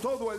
Todo el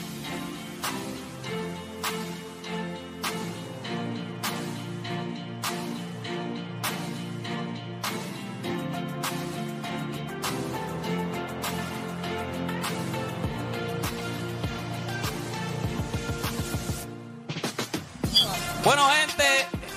Bueno, gente,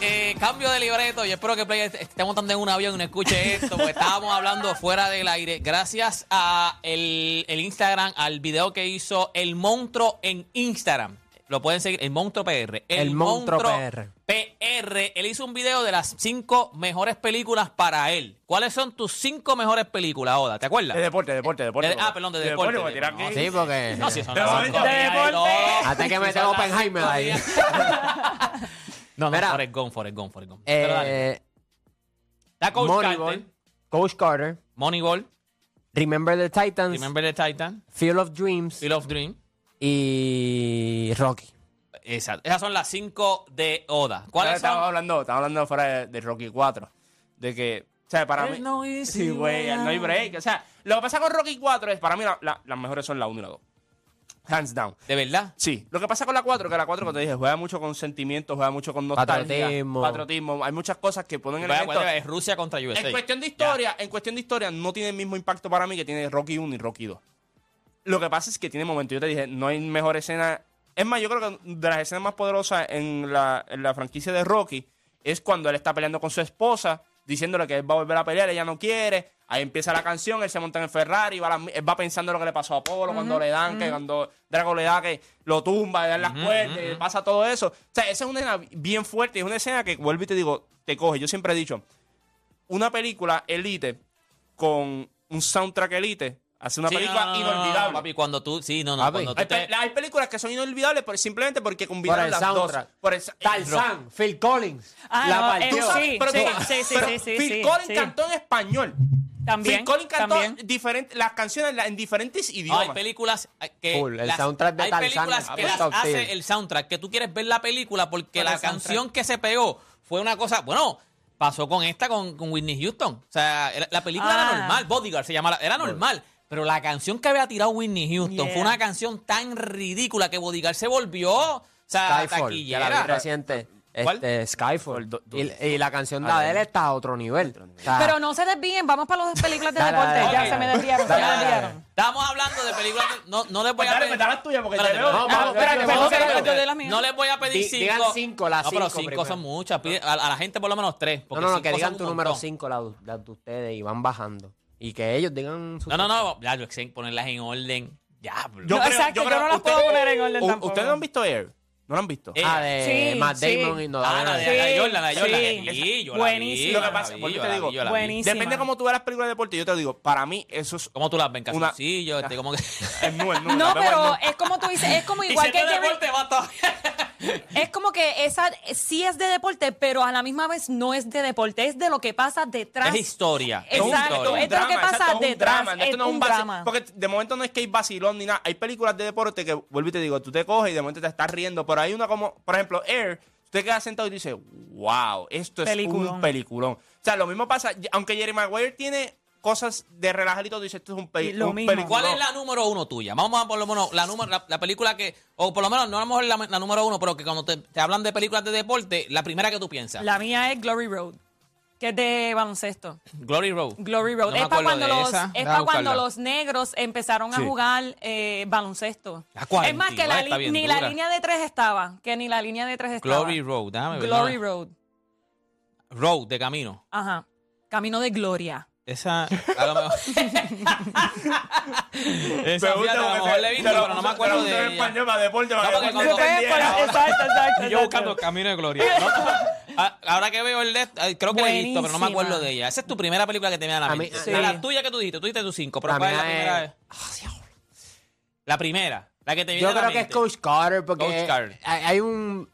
eh, cambio de libreto. Yo espero que Play est- esté montando en un avión y no escuche esto, porque estábamos hablando fuera del aire. Gracias a el, el Instagram, al video que hizo El Monstruo en Instagram. Lo pueden seguir, El Monstruo PR. El, El Monstruo PR. PR. Él hizo un video de las cinco mejores películas para él. ¿Cuáles son tus cinco mejores películas, Oda? ¿Te acuerdas? De deporte, deporte, deporte. De- ah, perdón, de deporte, porque de- tiran no, aquí. Sí, porque. no, si son De las deporte. cinco mía, De y no. Hasta que me Si son tengo las Oppenheimer cinco ahí. mía. No, no, Mira. Forrest Gump, Forrest Gump, Forrest Gump. Pero dale. Eh, Está Coach Moneyball, Carter. Coach Carter, Moneyball, Remember the Titans, Remember the Titan, Field of Dreams Field of Dream. y Rocky. Exacto. Esas son las cinco de Oda. ¿Cuáles Estamos son? hablando, estamos hablando fuera de, de Rocky 4. De que, o sea, para mí. There's no easy sí, güey, way no hay break. O sea, lo que pasa con Rocky 4 es, para mí, la- la- las mejores son la 1 y la 2. Hands down. ¿De verdad? Sí, lo que pasa con la 4, que la 4, cuando dije, juega mucho con sentimientos, juega mucho con nostalgia. Patriotismo. Patriotismo. Hay muchas cosas que ponen en Vaya, el acuérdate, es Rusia contra USA. En cuestión de historia, en cuestión de historia, no tiene el mismo impacto para mí que tiene Rocky 1 y Rocky 2. Lo que pasa es que tiene momentos. Yo te dije, no hay mejor escena. Es más, yo creo que de las escenas más poderosas en la, en la franquicia de Rocky es cuando él está peleando con su esposa, diciéndole que él va a volver a pelear, ella no quiere. Ahí empieza la canción, él se monta en el Ferrari, va a la- él va pensando lo que le pasó a Polo cuando le dan, que cuando Drago le da, que lo tumba, le dan las cuerdas, y pasa todo eso. O sea, esa es una escena bien fuerte, es una escena que, vuelvo y te digo, te coge. Yo siempre he dicho, una película elite con un soundtrack elite hace una Sí, no, película no, no, no, inolvidable. papi, cuando tú... Sí, no, no, Papi. cuando tú hay, pe- te- hay películas que son inolvidables por- simplemente porque combinan el las soundtrack. dos. Por el sa- Tarzan, Phil Collins. Ah, la no, partió. Tú eso sabes, sí, pero tú- sí, sí, sí, pero sí, sí, Phil sí, Collins sí. cantó en español. También. Phil Collins cantó también. diferente- las canciones en la- en diferentes No, hay idiomas. películas eh, que Full, el las- soundtrack de hay Tarzán películas es que las top tier. hace el soundtrack que tú quieres ver la película porque Con la el soundtrack. canción que se pegó fue una cosa bueno pasó con esta con, con Whitney Houston o sea era- la película era Ah. normal Bodyguard se llamaba era normal pero la canción que había tirado Whitney Houston fue Yeah. una canción tan ridícula que Bodyguard se volvió o sea Skyfall, que la vi taquillera reciente. ¿Cuál? Este, Skyfall. Do- do- y, y la canción de Ah, Adele está a otro nivel. Está- Pero no se desvíen, vamos para las películas de Dale, deporte. dale, Ya dale. se me desviaron, se Dale, me dale. desviaron. Estamos hablando de películas. que- No, no les voy Pues a dale, pedir- pues dale las tuyas, porque te Espérate, veo- no, Ah, no, espérate, no, pues, no, espérate, no, espérate. yo doy las mías. No les voy a pedir Di- cinco. digan cinco, las no, pero cinco cinco primero. son muchas. Pide- A, a la gente por lo menos tres. no, porque no, no, cinco que digan son tu un número montón. 5, la, de- la de ustedes, y van bajando. Y que ellos digan su. No, no, no. Ya, yo sé, ponerlas en orden. Diablo. Yo No, creo- exacto, yo creo- no las puedo ustedes- poner en orden u- tampoco. ¿Ustedes no han visto Air? ¿No lo han visto? Eh, Ah, de Sí, Matt sí. Damon y no. Ah, la de, la de Sí, Jordan, la de Jordan. sí. Sí, yo la vi, Buenísimo. yo la Lo que pasa, vi, por yo eso la te vi, digo, yo la vi. buenísimo. Depende de cómo tú veas las películas de deporte. Yo te digo, para mí eso es... ¿Cómo tú las ven? Una- Casucillo, Ah. este, como que... es nu, es nu, No, la veo, es nu. pero es como tú dices, es como igual Y que si este Jerry- deporte va todavía. Es como que esa eh, sí es de deporte, pero a la misma vez no es de deporte, es de lo que pasa detrás. Es historia. es Exacto, historia. es de lo que pasa exacto, es un detrás, drama, no, es esto no un vacil- drama. Porque de momento no es que hay vacilón ni nada. Hay películas de deporte que, vuelvo y te digo, tú te coges y de momento te estás riendo. Pero hay una como, por ejemplo, Air. Tú te quedas sentado y dices, wow, esto es un Peliculón. peliculón. O sea, lo mismo pasa, aunque Jerry Maguire tiene cosas de relajar y todo, dices, esto es un, pe- Lo un mismo. peliculón. ¿Cuál es la número uno tuya? Vamos a por lo menos la, número, la, la película que, o por lo menos no a lo mejor la, la número uno, pero que cuando te, te hablan de películas de deporte, la primera que tú piensas. La mía es Glory Road, que es de baloncesto. Glory Road. Glory Road. No me es para acuerdo cuando, de los, esa. es Déjame pa' cuando buscarla. los negros empezaron a Sí. jugar eh, baloncesto. La 49 es más, que la li- está bien ni dura. la línea de tres estaba. Que ni la línea de tres estaba. Glory Road, déjame ver. Glory ¿no? Road. Road, de camino. Ajá. Camino de Gloria. Esa, a lo mejor. Esa, Me gusta fíjate, a lo porque mejor se- le he visto, se lo- pero no me se acuerdo lo de usó en ella. español para deporte, No, para que porque todo el mundo cuando- entendiera. Exacto, exacto. Y Yo buscando el camino de gloria. ¿no? Ah, Ahora que veo el de esta, eh, creo que la he visto, pero no me Buenísima. acuerdo de ella. Esa es tu primera película que te viene a la A mí- mente. sí. La- La tuya que tú dijiste, tú dijiste tus cinco, pero La ¿cuál es la mía primera? es- Ah, diablo. La primera, la que te viene Yo a la creo que es mente. Coach Carter, porque Coach Carter. hay hay un...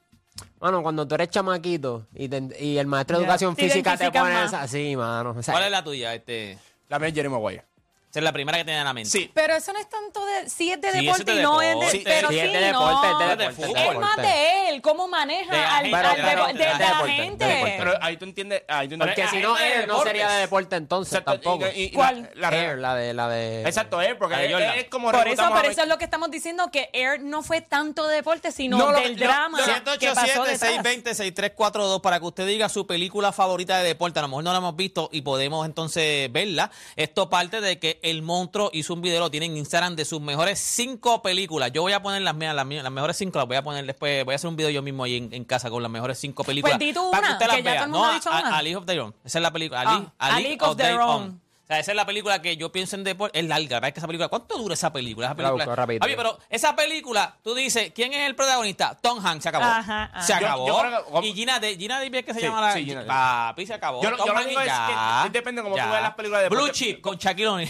Bueno, cuando tú eres chamaquito y, te- y el maestro de Ya, educación te física te identificas pone más. esa... Sí, mano. o sea, ¿Cuál es la tuya? Este, La mía es Jerry Maguire. esa es la primera que te viene a la mente. Sí. Pero eso no es tanto de. Sí es de Sí, eso deporte es de y no es de. deporte. Sí, pero sí, sí, es de no. deporte, es de Es deporte, de es de fútbol. Es más deporte. de él, cómo maneja De la al, gente, al de la depo- de- gente, de de la deporte, de deporte. gente. Pero ahí tú entiendes. Ahí tú entiendes. Porque si no, es eh, de él no sería de deportes. deporte entonces Exacto, y- tampoco. y- y la- ¿Cuál? la- Air, la de... La de Exacto, es porque La de es- Jordan. es como Por eso, rebotamos por a- eso es lo que estamos diciendo, que Air no fue tanto de deporte, sino No, lo- del no, drama que pasó 787 detrás. 620 6342 para que usted diga su película favorita de deporte. A lo mejor no la hemos visto y podemos entonces verla. Esto parte de que el monstruo hizo un video, lo tiene en Instagram, de sus mejores cinco películas. Yo voy a poner las mías, las, mías, las mejores cinco las voy a poner después. Voy a hacer un video yo mismo ahí en, en casa con las mejores cinco películas. Pues di tú para una, que usted las que ya vea. todo el mundo no, ha dicho a- una. A League of Their Own. Esa es la película. A, Ah, League, a League of, Their Own. O sea, esa es la película que yo pienso en deporte. Es larga, ¿verdad? Que esa película, ¿cuánto dura esa película? Esa La busco película. rapidito. Oye, pero pero esa película, tú dices, ¿quién es el protagonista? Tom Hanks, se acabó. Ajá, ajá. Se Yo- acabó. yo creo que- y Gina, de, Gina Davis, que se Sí, llama la. sí, Gina Davis. Papi, se acabó. Yo lo- Tom yo lo Hanks digo y es ya, que depende cómo tú ya. veas las películas de Blue deporte. Chip con Shaquille O'Neal.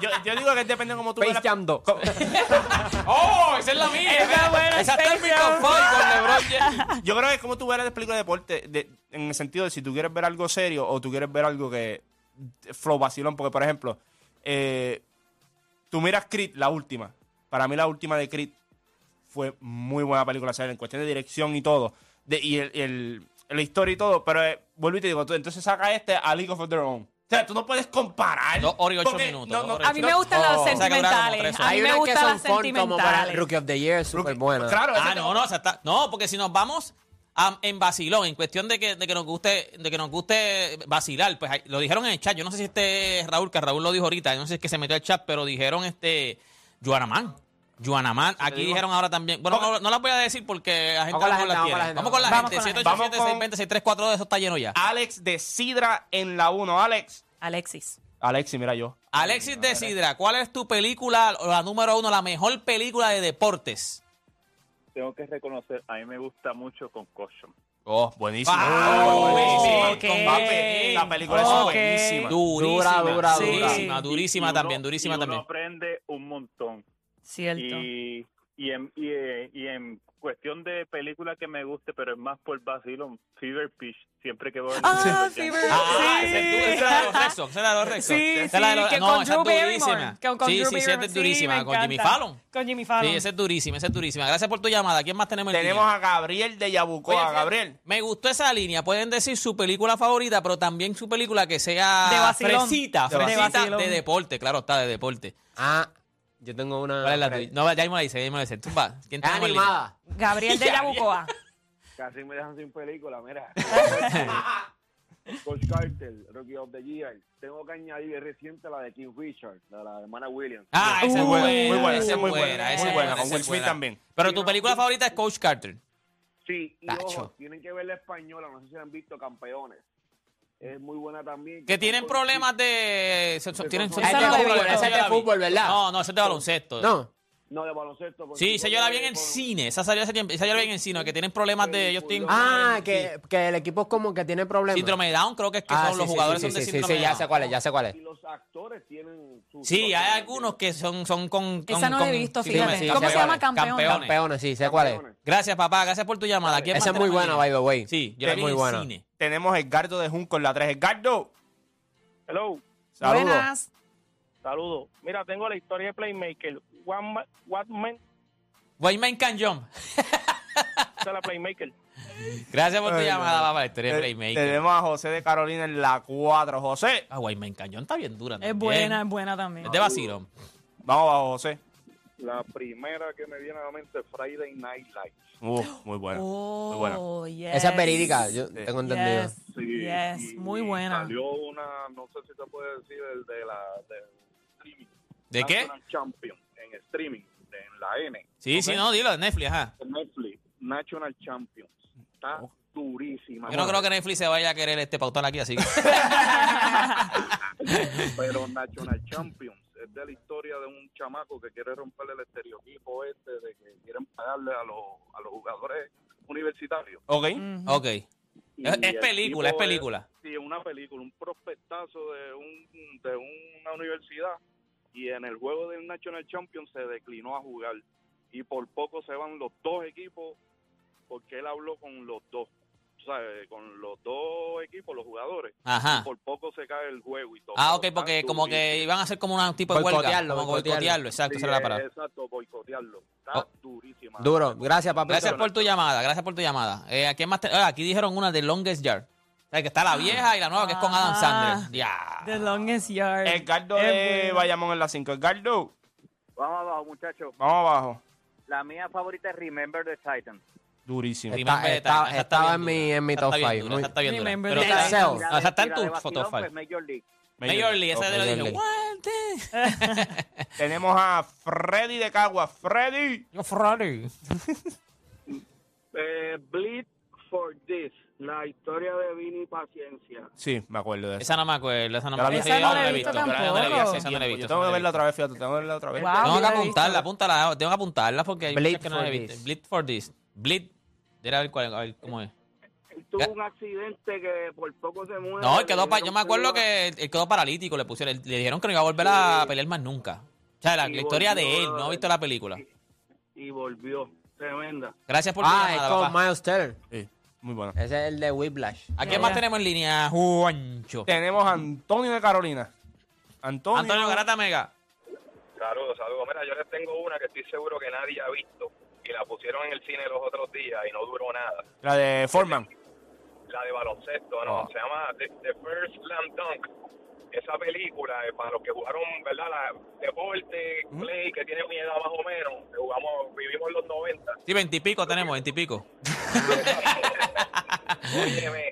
yo, yo digo que depende de cómo tú Space veas la- Jam 2. cómo- ¡Oh! Esa es la mía. Esa es buena, Esa está en mi Space Jam. top five con LeBron James. Yo creo que es como tú veas las películas de deporte, de- en el sentido de si tú quieres ver algo serio o tú quieres ver algo que flow vacilón, porque por ejemplo, eh, tú miras Creed, la última. Para mí la última de Creed fue muy buena película, o sea, en cuestión de dirección y todo, de- y el, y el- la historia y todo, pero eh, vuelvo y te digo, tú- entonces saca este a League of Their Own. O sea, tú no puedes comparar. Dos horas y ocho Porque- minutos, no, dos no, horas y A mí me no, gustan Oh. las O sea, que duraron como sentimentales. tres A mí Hay me unas que gustan son las fun, como para sentimentales. Rookie of the Year, súper buena. Claro, ese Ah, te- no, no, o sea, está- no, porque si nos vamos a- en vacilón, en cuestión de que, de que nos guste, de que nos guste vacilar, pues ahí- lo dijeron en el chat. Yo no sé si este es Raúl, que Raúl lo dijo ahorita, yo no sé si es que se metió al chat, pero dijeron este Joanamán. Joanamán, aquí dijeron ahora también. Bueno, no, no las voy a decir porque la gente Vamos con la no gente, las vamos con la tiene. gente, Vamos con la vamos gente, con la gente. 787 Vamos con- Ah, 620 6342 eso está lleno ya. Alex de Sidra en la 1. Alex. Alexis. Alexi, mira yo. Alexis de Sidra, ¿cuál es tu película, o la número uno, la mejor película de deportes? tengo que reconocer, a mí me gusta mucho Concussion. Oh, buenísimo. Oh, Ah, buenísimo. ok. Con Mbappé. La película esa es Ok. buenísima. Durísima, dura, dura. durísima, Ah, durísima Y uno- también, durísima y uno también. aprende un montón. Cierto. Y, y, en, y, eh, y en cuestión de película que me guste, pero es más por vacilón, Fever Pitch, siempre que voy a... Ah, Fever Ah, Sí. esa es dura, esa es de los Rexos, esa es la de los Rexos. Sí, Esa es la de sí, los- que no, con esa es Drew durísima. Barrymore, que con sí, Drew sí, esa Barrymore, es sí, durísima, me con Jimmy encanta. Fallon. Con Jimmy Fallon. Sí, esa es durísima, esa es durísima. Gracias por tu llamada. ¿Quién más tenemos en Tenemos línea? a Gabriel de Oye, Yabucoa. fíjate, Gabriel. Me gustó esa línea. Pueden decir su película favorita, pero también su película que De sea vacilón. fresita, De fresita de, vacilón. deporte. Claro, está de deporte. Ah, yo tengo una... ¿Cuál es la tuya? No, ya mismo la dice, ya mismo la dice. Tumba, ¿quién Es tenemos en línea? animada. Gabriel de Yabucoa. Casi me dejan sin película, mira. Coach Carter, Rocky of the Year. Tengo que añadir es reciente la de King Richard, la de la hermana Williams. Ah, esa es Muy buena, buena, muy buena, esa esa es es muy buena, buena, esa muy es buena, buena, esa con es Will Smith buena. también. Pero tu película favorita es Coach Carter. Sí, y Tacho. ojo, tienen que ver la española, no sé si la han visto, Campeones. Es muy buena también. Que tienen problemas de. se- se- tienen, Esa son- no la tienen vi, problemas. esa es de Yo la vi. fútbol, ¿verdad? No, no, esa es de baloncesto. No, No, de baloncesto. porque Sí, esa yo la vi en el con- cine. Esa salió hace tiempo. Esa yo la vi en el cine. Que tienen problemas de ellos tienen. Ah, que, que el equipo es como que tiene problemas. Síndrome de Down, creo que es que Ah, son sí, los sí, jugadores sí, son de sí, sí, síndrome sí, de ya Down. sé cuál es, ya sé cuál es. Y los actores tienen sus... Sí, hay algunos que son, son con, con- Esa no la he con- visto, sí, fíjate. sí, ¿Cómo campeones, se llama campeón? campeones. Campeones, sí, sé cuál es. Campeones. Gracias, papá. Gracias por tu llamada. ¿Quién Esa más es muy tenemos buena, en by línea? the way. Sí, yo la Es vi muy en el buena. cine. Tenemos a Edgardo de Junco en la 3. Edgardo. Hello, Saludos. Buenas. saludos. Mira, tengo la historia de Playmaker. One Ma- What Man, Wayman Can Jump. esa es la Playmaker. Gracias por tu Ay, llamada, no. papá. Historia de Eh, Te- Playmaker. Tenemos a José de Carolina en la 4. José. Ah, Wayman Can Jump está bien dura. Es también. buena, es buena también. Es de vacilón. Vamos abajo, José. La primera que me viene a la mente es Friday Night Lights. Uh, muy bueno. muy buena. Oh, yes. Esa es verídica, yo Sí. tengo entendido. Yes, yes, muy buena. Salió una, no sé si se puede decir, el de la... De streaming. ¿De qué? National Champion en streaming, de- en la N, Sí, sí, no, dilo, de Netflix, ajá. en Netflix, National Champions. Está durísima. Yo no creo que Netflix se vaya a querer este pautar aquí, así que. Pero National Champions es de la historia de un chamaco que quiere romperle el estereotipo este de que quieren pagarle a los, a los jugadores universitarios. Ok. Mm. ok. Y Es, es el película, es tipo película. Sí, una película, un prospectazo de, un, de una universidad y en el juego del National Champions se declinó a jugar y por poco se van los dos equipos porque él habló con los dos, tú ¿sabes? Con los dos equipos, los jugadores. Ajá. Por poco se cae el juego y todo. Ah, ok, Pero porque tan como que durísimo. iban a hacer como un tipo de huelga. Boicotearlo, Como boicotearlo. boicotearlo, exacto, Sí, esa era la palabra. Exacto, boicotearlo. Está Oh. durísima. Duro. Gracias, papito. Gracias por tu llamada, gracias por tu llamada. Eh, ¿a quién más te- ah, aquí dijeron una de Longest Yard. O sea, que está la vieja y la nueva, que es con Adam Ah. Sandler. Ya. The longest yard. Edgardo Es de bueno. Bayamón en la 5. Edgardo, Vamos abajo, muchachos. vamos abajo. La mía favorita es Remember the Titans. Durísimo. Está- Remember the está- Titan, esa estaba bien en mi- dura, en mi esa top está five, bien dura, muy- esa está bien dura. Remember Pero the está- Titan. no, esa Oh, está en tu foto top five. pues, Major League. Mayor Lee, esa Oh, te lo Major dije. League. "What the-" Tenemos a Freddy de Cagua. Freddy. Yo Ferrari. Eh, Bleed for This, la historia de Vini Paciencia. Sí, me acuerdo de eso. Esa no me acuerdo, esa no me Ya la acuerdo. vi. Esa no la he visto Yo no la he visto, tampoco. esa no la he visto. Yo esa no tengo que la he visto. verla otra vez, fíjate, tengo que verla otra vez. Wow. Ah, Tengo yo que la he apuntarla, visto. apúntala, tengo que apuntarla porque hay Bleed muchas que no for la he visto. this. Bleed for this. Bleed. Mira a ver, cuál, a ver cómo es. Él Ya. tuvo un accidente que por poco se muere. No, él quedó pa- para yo me acuerdo que él quedó paralítico, le pusieron, le dijeron que no iba a volver a pelear más nunca. O sea, la, Y la historia de volvió, él, no he brother. visto la película. Y volvió. Tremenda. Gracias por tu Ah, es llamada, con papá. Miles Teller. Sí, muy buena. Ese es el de Whiplash. ¿A quién más tenemos en línea? Juancho. Tenemos a Antonio de Carolina. Antonio. Antonio Garata Mega. Saludos, saludos. Mira, yo les tengo una que estoy seguro que nadie ha visto. Y la pusieron en el cine los otros días y no duró nada. La de Foreman. La de baloncesto, Oh. ¿no? Se llama The, The First Slam Dunk. Esa película, eh, para los que jugaron, ¿verdad? La, deporte, play, que tiene mi edad más o menos. que Jugamos, vivimos en los 90. Sí, veintipico tenemos, veintipico. Óyeme,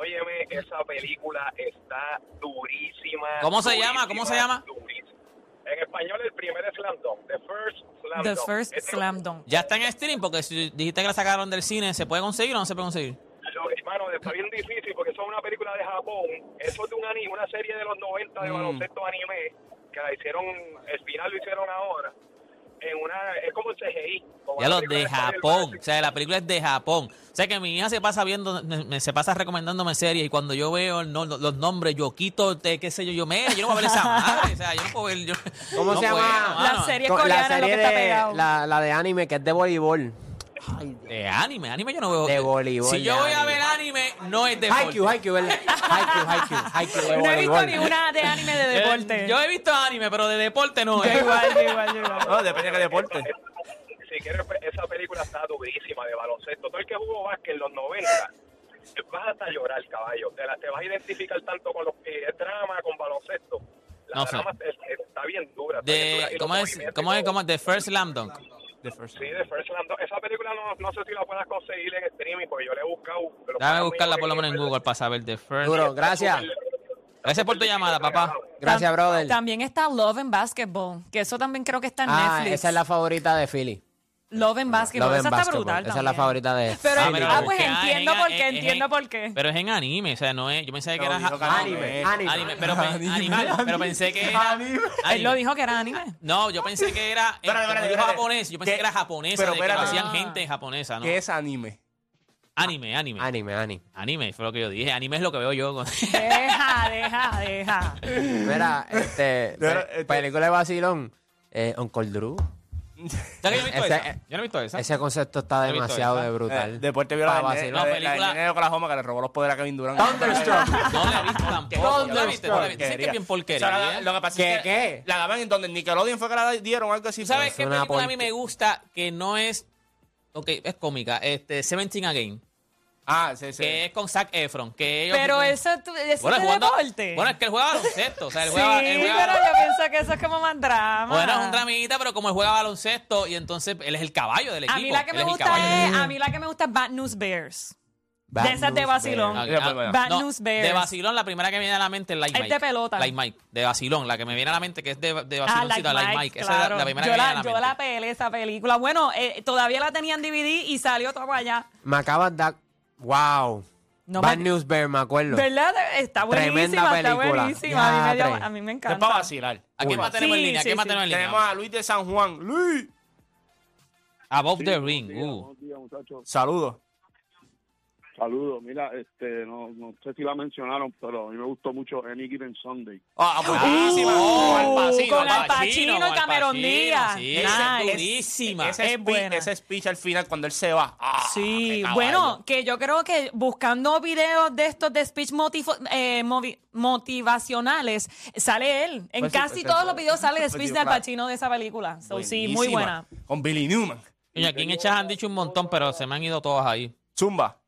óyeme, esa película está durísima. ¿Cómo se llama? ¿Cómo se llama? durísima. En español el primer es Slam Dunk, The First Slam The Dunk. first Este- slam dunk. Ya está en stream porque si dijiste que la sacaron del cine, ¿se puede conseguir o no se puede conseguir? Lo- Hermano, está bien difícil porque eso es una película de Japón. Eso es de un anime, una serie de los 90 de Mm. baloncesto anime que la hicieron, el final lo hicieron ahora. En una, es como el CGI. como Ya la los película de esta del Japón. O Brasil. sea, la película es de Japón. O sea que mi hija se pasa viendo, me- me- se pasa recomendándome series y cuando yo veo no- no- los nombres, yo quito, te- qué sé yo, yo me, yo no voy a ver esa madre. O sea, yo no puedo ver. yo- ¿Cómo no se puedo, llama? mano. La serie Con- coreana la es lo serie que está de- pegado. la, la de anime que es de voleibol. De anime, anime yo no veo. De voleibol, Si yo de voy a anime. ver anime, no es de Haikyuu, Haikyuu, ¿verdad? Haikyuu, Haikyuu, Haikyuu de No he visto voleibol. ni una de anime de deporte. Yo he visto anime, pero de deporte no Yo es. igual, yo igual, yo igual. No, depende de qué deporte. Si quieres, esa película está durísima de baloncesto. Todo el que jugó básquet en los 90, vas hasta llorar, caballo. Te, la- te vas a identificar tanto con los eh, drama, con baloncesto. La No sé. drama es- es- está bien dura. está bien dura. Y De, los ¿Cómo es? movimientos ¿Cómo y es? todo. ¿Cómo es? The First Slam Dunk. The First Sí, de First Slam Dunk. Esa película no, no sé si la puedas conseguir en streaming porque yo la he buscado. pero para Déjame mí buscarla por lo porque- menos en Google para saber The First. Duro, gracias. Gracias por tu llamada, papá. Gracias, brother. También está Love and Basketball, que eso también creo que está en Ah, Netflix. esa es la favorita de Philly. Love and Basketball, esa Love and está Basketball. brutal Esa es la también. favorita de Pero, Philly. pero ah, la pues busqué. Ah, entiendo en- por en- qué, en- entiendo por qué. Pero es en anime, o sea, no es. Yo pensé que era dijo ja- que no, eh. Anime, anime. anime, pero, pe- Anime, animal, anime. pero pensé que era. Anime. Él lo anime. dijo que era anime. No, yo pensé que era. eh, Espérate, como espérate, dijo espérate. japonés, yo pensé ¿Qué? que era japonesa, Pero de que lo espérate. hacían Ah. gente japonesa, ¿no? ¿Qué es anime? Eh, Anime, anime. Anime, anime. Anime, fue lo que yo dije. Anime es lo que veo yo. Deja, deja, deja. Mira, este, Pero, pe- este- película de vacilón, eh, Uncle Drew. ¿Sabes que yo no he visto Ese- esa? Yo no he visto esa. Ese concepto está He visto demasiado esa. de brutal. Eh, Deporte vio la, Pa' vacilón. de- la, de- No, la del película- nene de Oklahoma que le robó los poderes a Kevin Durant. Thunderstruck. No la he visto tampoco. ¿Tú la viste? ¿Tú la viste? Sí que es bien O sea, porquería. la- lo que pasa es ¿Qué, que qué? la daban en donde Nickelodeon fue que la dieron algo así. ¿Tú sabes Es qué una película a mí porquería. me gusta que no es. Ok, es cómica. Este, Seventeen Again. Ah, sí, sí. Que es con Zac Efron. Que ellos Pero eso, tú- eso Bueno, es de jugando- deporte. bueno, es que él juega baloncesto. O sea, él sí, juega. él juega- pero yo pienso que eso es como más drama. Bueno, es un dramita, pero como él juega baloncesto y entonces él es el caballo del equipo. A mí la que él me es el gusta caballo. es, a mí la que me gusta es Bad News Bears. Bad de esas de News vacilón. Ah, Mira, pues, ah, Bad News Bears. De Vacilón, la primera que me viene a la mente es Light Es Mike. de pelota. Light Mike, de Vacilón, la que me viene a la mente que es de, de Ah, Like Vaciloncita, Light Mike, Mike. Esa es la, claro. la primera yo que me la, viene a la yo mente. la pelé esa película. Bueno, eh, todavía la tenía en DVD y salió todo para allá. Bears. Me acabas de, Wow. No Bad me- News Bear, me acuerdo. ¿Verdad? Está buenísima, Tremenda está película. buenísima. A mí, me dio- Diatre. a mí me Es encanta. para vacilar. ¿A quién más tenemos en línea? ¿A quién más tenemos en línea? Tenemos a Luis de San Juan. Luis. Above Sí, the buenos ring. días, uh. buenos días, muchachos. Saludos. Saludos. Mira, este, no, no sé si la mencionaron, pero a mí me gustó mucho Any Given Sunday. Ah, buenísima. Uh, Al Pacino, con Al Pacino y Al Pacino, Cameron sí. Díaz. Esa Nice. es durísima. Es Ese, speech, ese speech al final cuando él se va. Ah, sí, Bueno, que yo creo que buscando videos de estos de speech motifo- eh, movi- motivacionales, sale él. En Pues sí, casi pues, todos pues, los videos sale el pues, speech sí, de Al claro. Pacino de esa película. So, sí, muy buena. Con Billy Newman. Coño, aquí en Hechas han dicho un montón, pero se me han ido todas ahí. Zumba.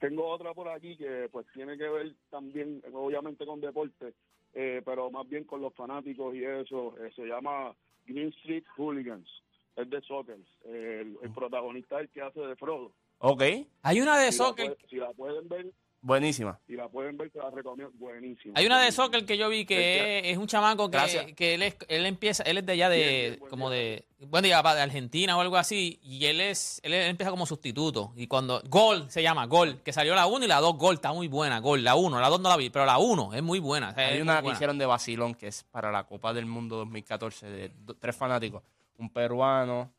Tengo otra por aquí que pues tiene que ver también, obviamente, con deporte, eh, pero más bien con los fanáticos y eso. Eh, se llama Green Street Hooligans. Es de soccer. Eh, el, el protagonista es el que hace de Frodo. Ok. Hay una de Si la soccer. puede- si la pueden ver, Buenísima. si la pueden ver, se la recomiendo. Buenísimo. Hay una de soccer que yo vi que es, es un chamaco Gracias. que, que él, es- él empieza, él es de allá de, como de, bueno, de, de Argentina o algo así, y él es, él empieza como sustituto, y cuando, Gol se llama, Gol, que salió la 1 y la 2, Gol, está muy buena, Gol, la 1, la 2 no la vi, pero la 1 es muy buena. o sea, Hay es una muy que buena. hicieron de Basilón, que es para la Copa del Mundo 2014, de do- tres fanáticos. Un peruano,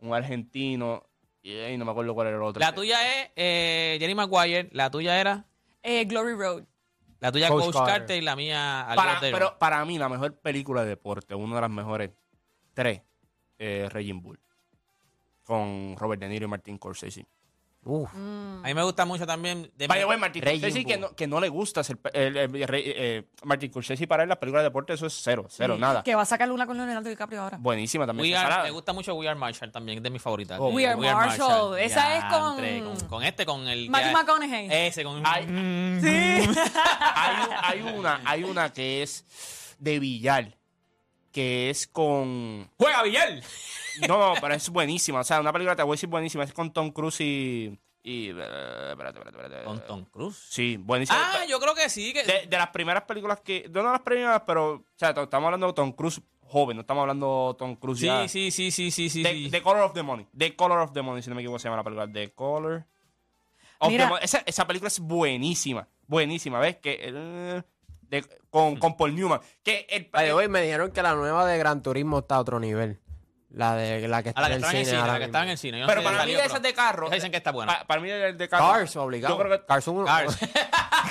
un argentino, y ahí no me acuerdo cuál era el otro. La tuya es eh, Jerry Maguire, la tuya era, Eh, Glory Road. la tuya Coach Coach, Carter. Carter. y la mía Al Para- Gordero. pero para mí, la mejor película de deporte, una de las mejores tres, eh, Raging Bull. Con Robert De Niro y Martin Scorsese. Uf. A mí me gusta mucho también. De By the way, Martin Raging Scorsese que Bull. no, que no le gusta ser pe- el- el- el rey- eh, Martin Scorsese para él la película de deporte, eso es cero, cero, nada. Que va a sacar una con Leonardo DiCaprio ahora. Buenísima también. We esa Are- sala. me gusta mucho We Are Marshall también, es de mis favoritas. Oh. Eh, We Are Marshall. Esa es con- Diantre, con... con este, con el... Matthew que- McConaughey. Ese, con... Ay. Sí. hay, un- hay una, hay una que es de Villar, que es con. ¡Juega Villar! No, pero es buenísima. O sea, una película te voy a decir buenísima. Es con Tom Cruise y. y eh, espérate, espérate, espérate. Con Tom Cruise. Sí, buenísima. Ah, yo creo que sí. Que... de, de las primeras películas que. No de las primeras, pero. O sea, to- estamos hablando de Tom Cruise joven, no estamos hablando de Tom Cruise Sí, ya. sí, sí, sí, sí, sí. The, sí. The Color of the Money. The Color of the Money, si no me equivoco, se llama la película. The Color. of the Mira. Money. Esa, esa película es buenísima. Buenísima, ¿ves? Que, eh, de- Mm. con, con Paul Newman. Que el, By the way, me dijeron que la nueva de Gran Turismo está a otro nivel. La de la que A está la que en el estaba en cine. el cine, a ahora la que mismo. estaba en el cine. Yo no pero sé si para mí, salió, de pero esas de carro. esa dicen que está buena. pa- para mí, el de carro. Cars, obligado. Yo creo que. Cars uno. Cars.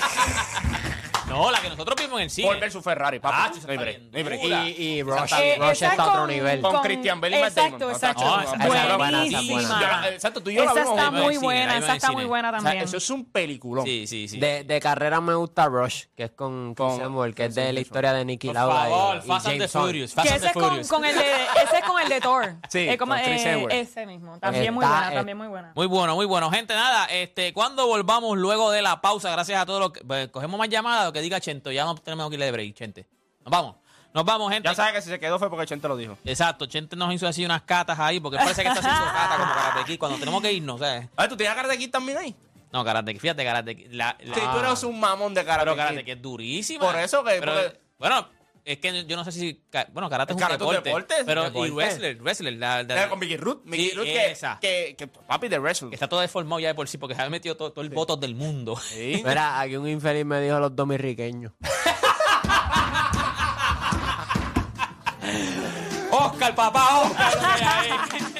Ah, no, la que nosotros vimos en el cine. Ford versus Ferrari, papá. Ah, eso está No hay break, bien no hay break. dura. Y, y Rush, Eh, Rush esa está a otro con- nivel. Con Christian Bale y Matt Eh, Exacto, Damon. exacto. No, esa- esa es buena, esa es buenísima. buena. Exacto, tú y yo la Esa vimos está juntos. muy Ahí va en el buena, cine, esa ahí va en está el muy cine. buena O sea, también. eso es un peliculón. Sí, sí, sí. De, de carrera me gusta Rush, que es con, Chris Con- Hemsworth, que es de Hemsworth. la historia de Nicky Por Lauda. y- favor, y Fast and the James Hunt. Furious. Que Fast and ese the es con, Furious. con el de, ese es con el de Thor. Sí, Eh, como- con Chris eh, Hemsworth. ese mismo. También muy Está- buena, eh, también muy buena. Muy bueno, muy bueno. Gente, nada, este, cuando volvamos luego de la pausa, gracias a todos los que pues, cogemos más llamadas, lo que diga Chento, ya no tenemos que irle de break, Chente. Nos vamos, nos vamos, gente. Ya sabes que si se quedó fue porque Chente lo dijo. Exacto, Chente nos hizo así unas catas ahí, porque parece que está haciendo catas como Karate Kid cuando tenemos que irnos, ¿sabes? A ver, tú tenías Karate Kid también ahí. No, Karate Kid, fíjate, Karate Kid. La, la- Sí, tú eres un mamón de Karate Ah. Pero Kid. Karate Kid es durísima. Por eso que- Pero, porque- Bueno, es que yo no sé si... ca- Bueno, Karate es un Karate es un deporte. deporte, es un pero, deporte. Y wrestler, wrestler. La, la- Eh, con Mickey Root. Mickey Sí, Root que, esa. que, que papi de wrestling. que está todo deformado ya de por sí, porque se ha metido todo, todo el voto del mundo. Sí. Mira, aquí un infeliz me dijo los dominriqueños. Oscar, papá, Oscar. lo que hay ahí.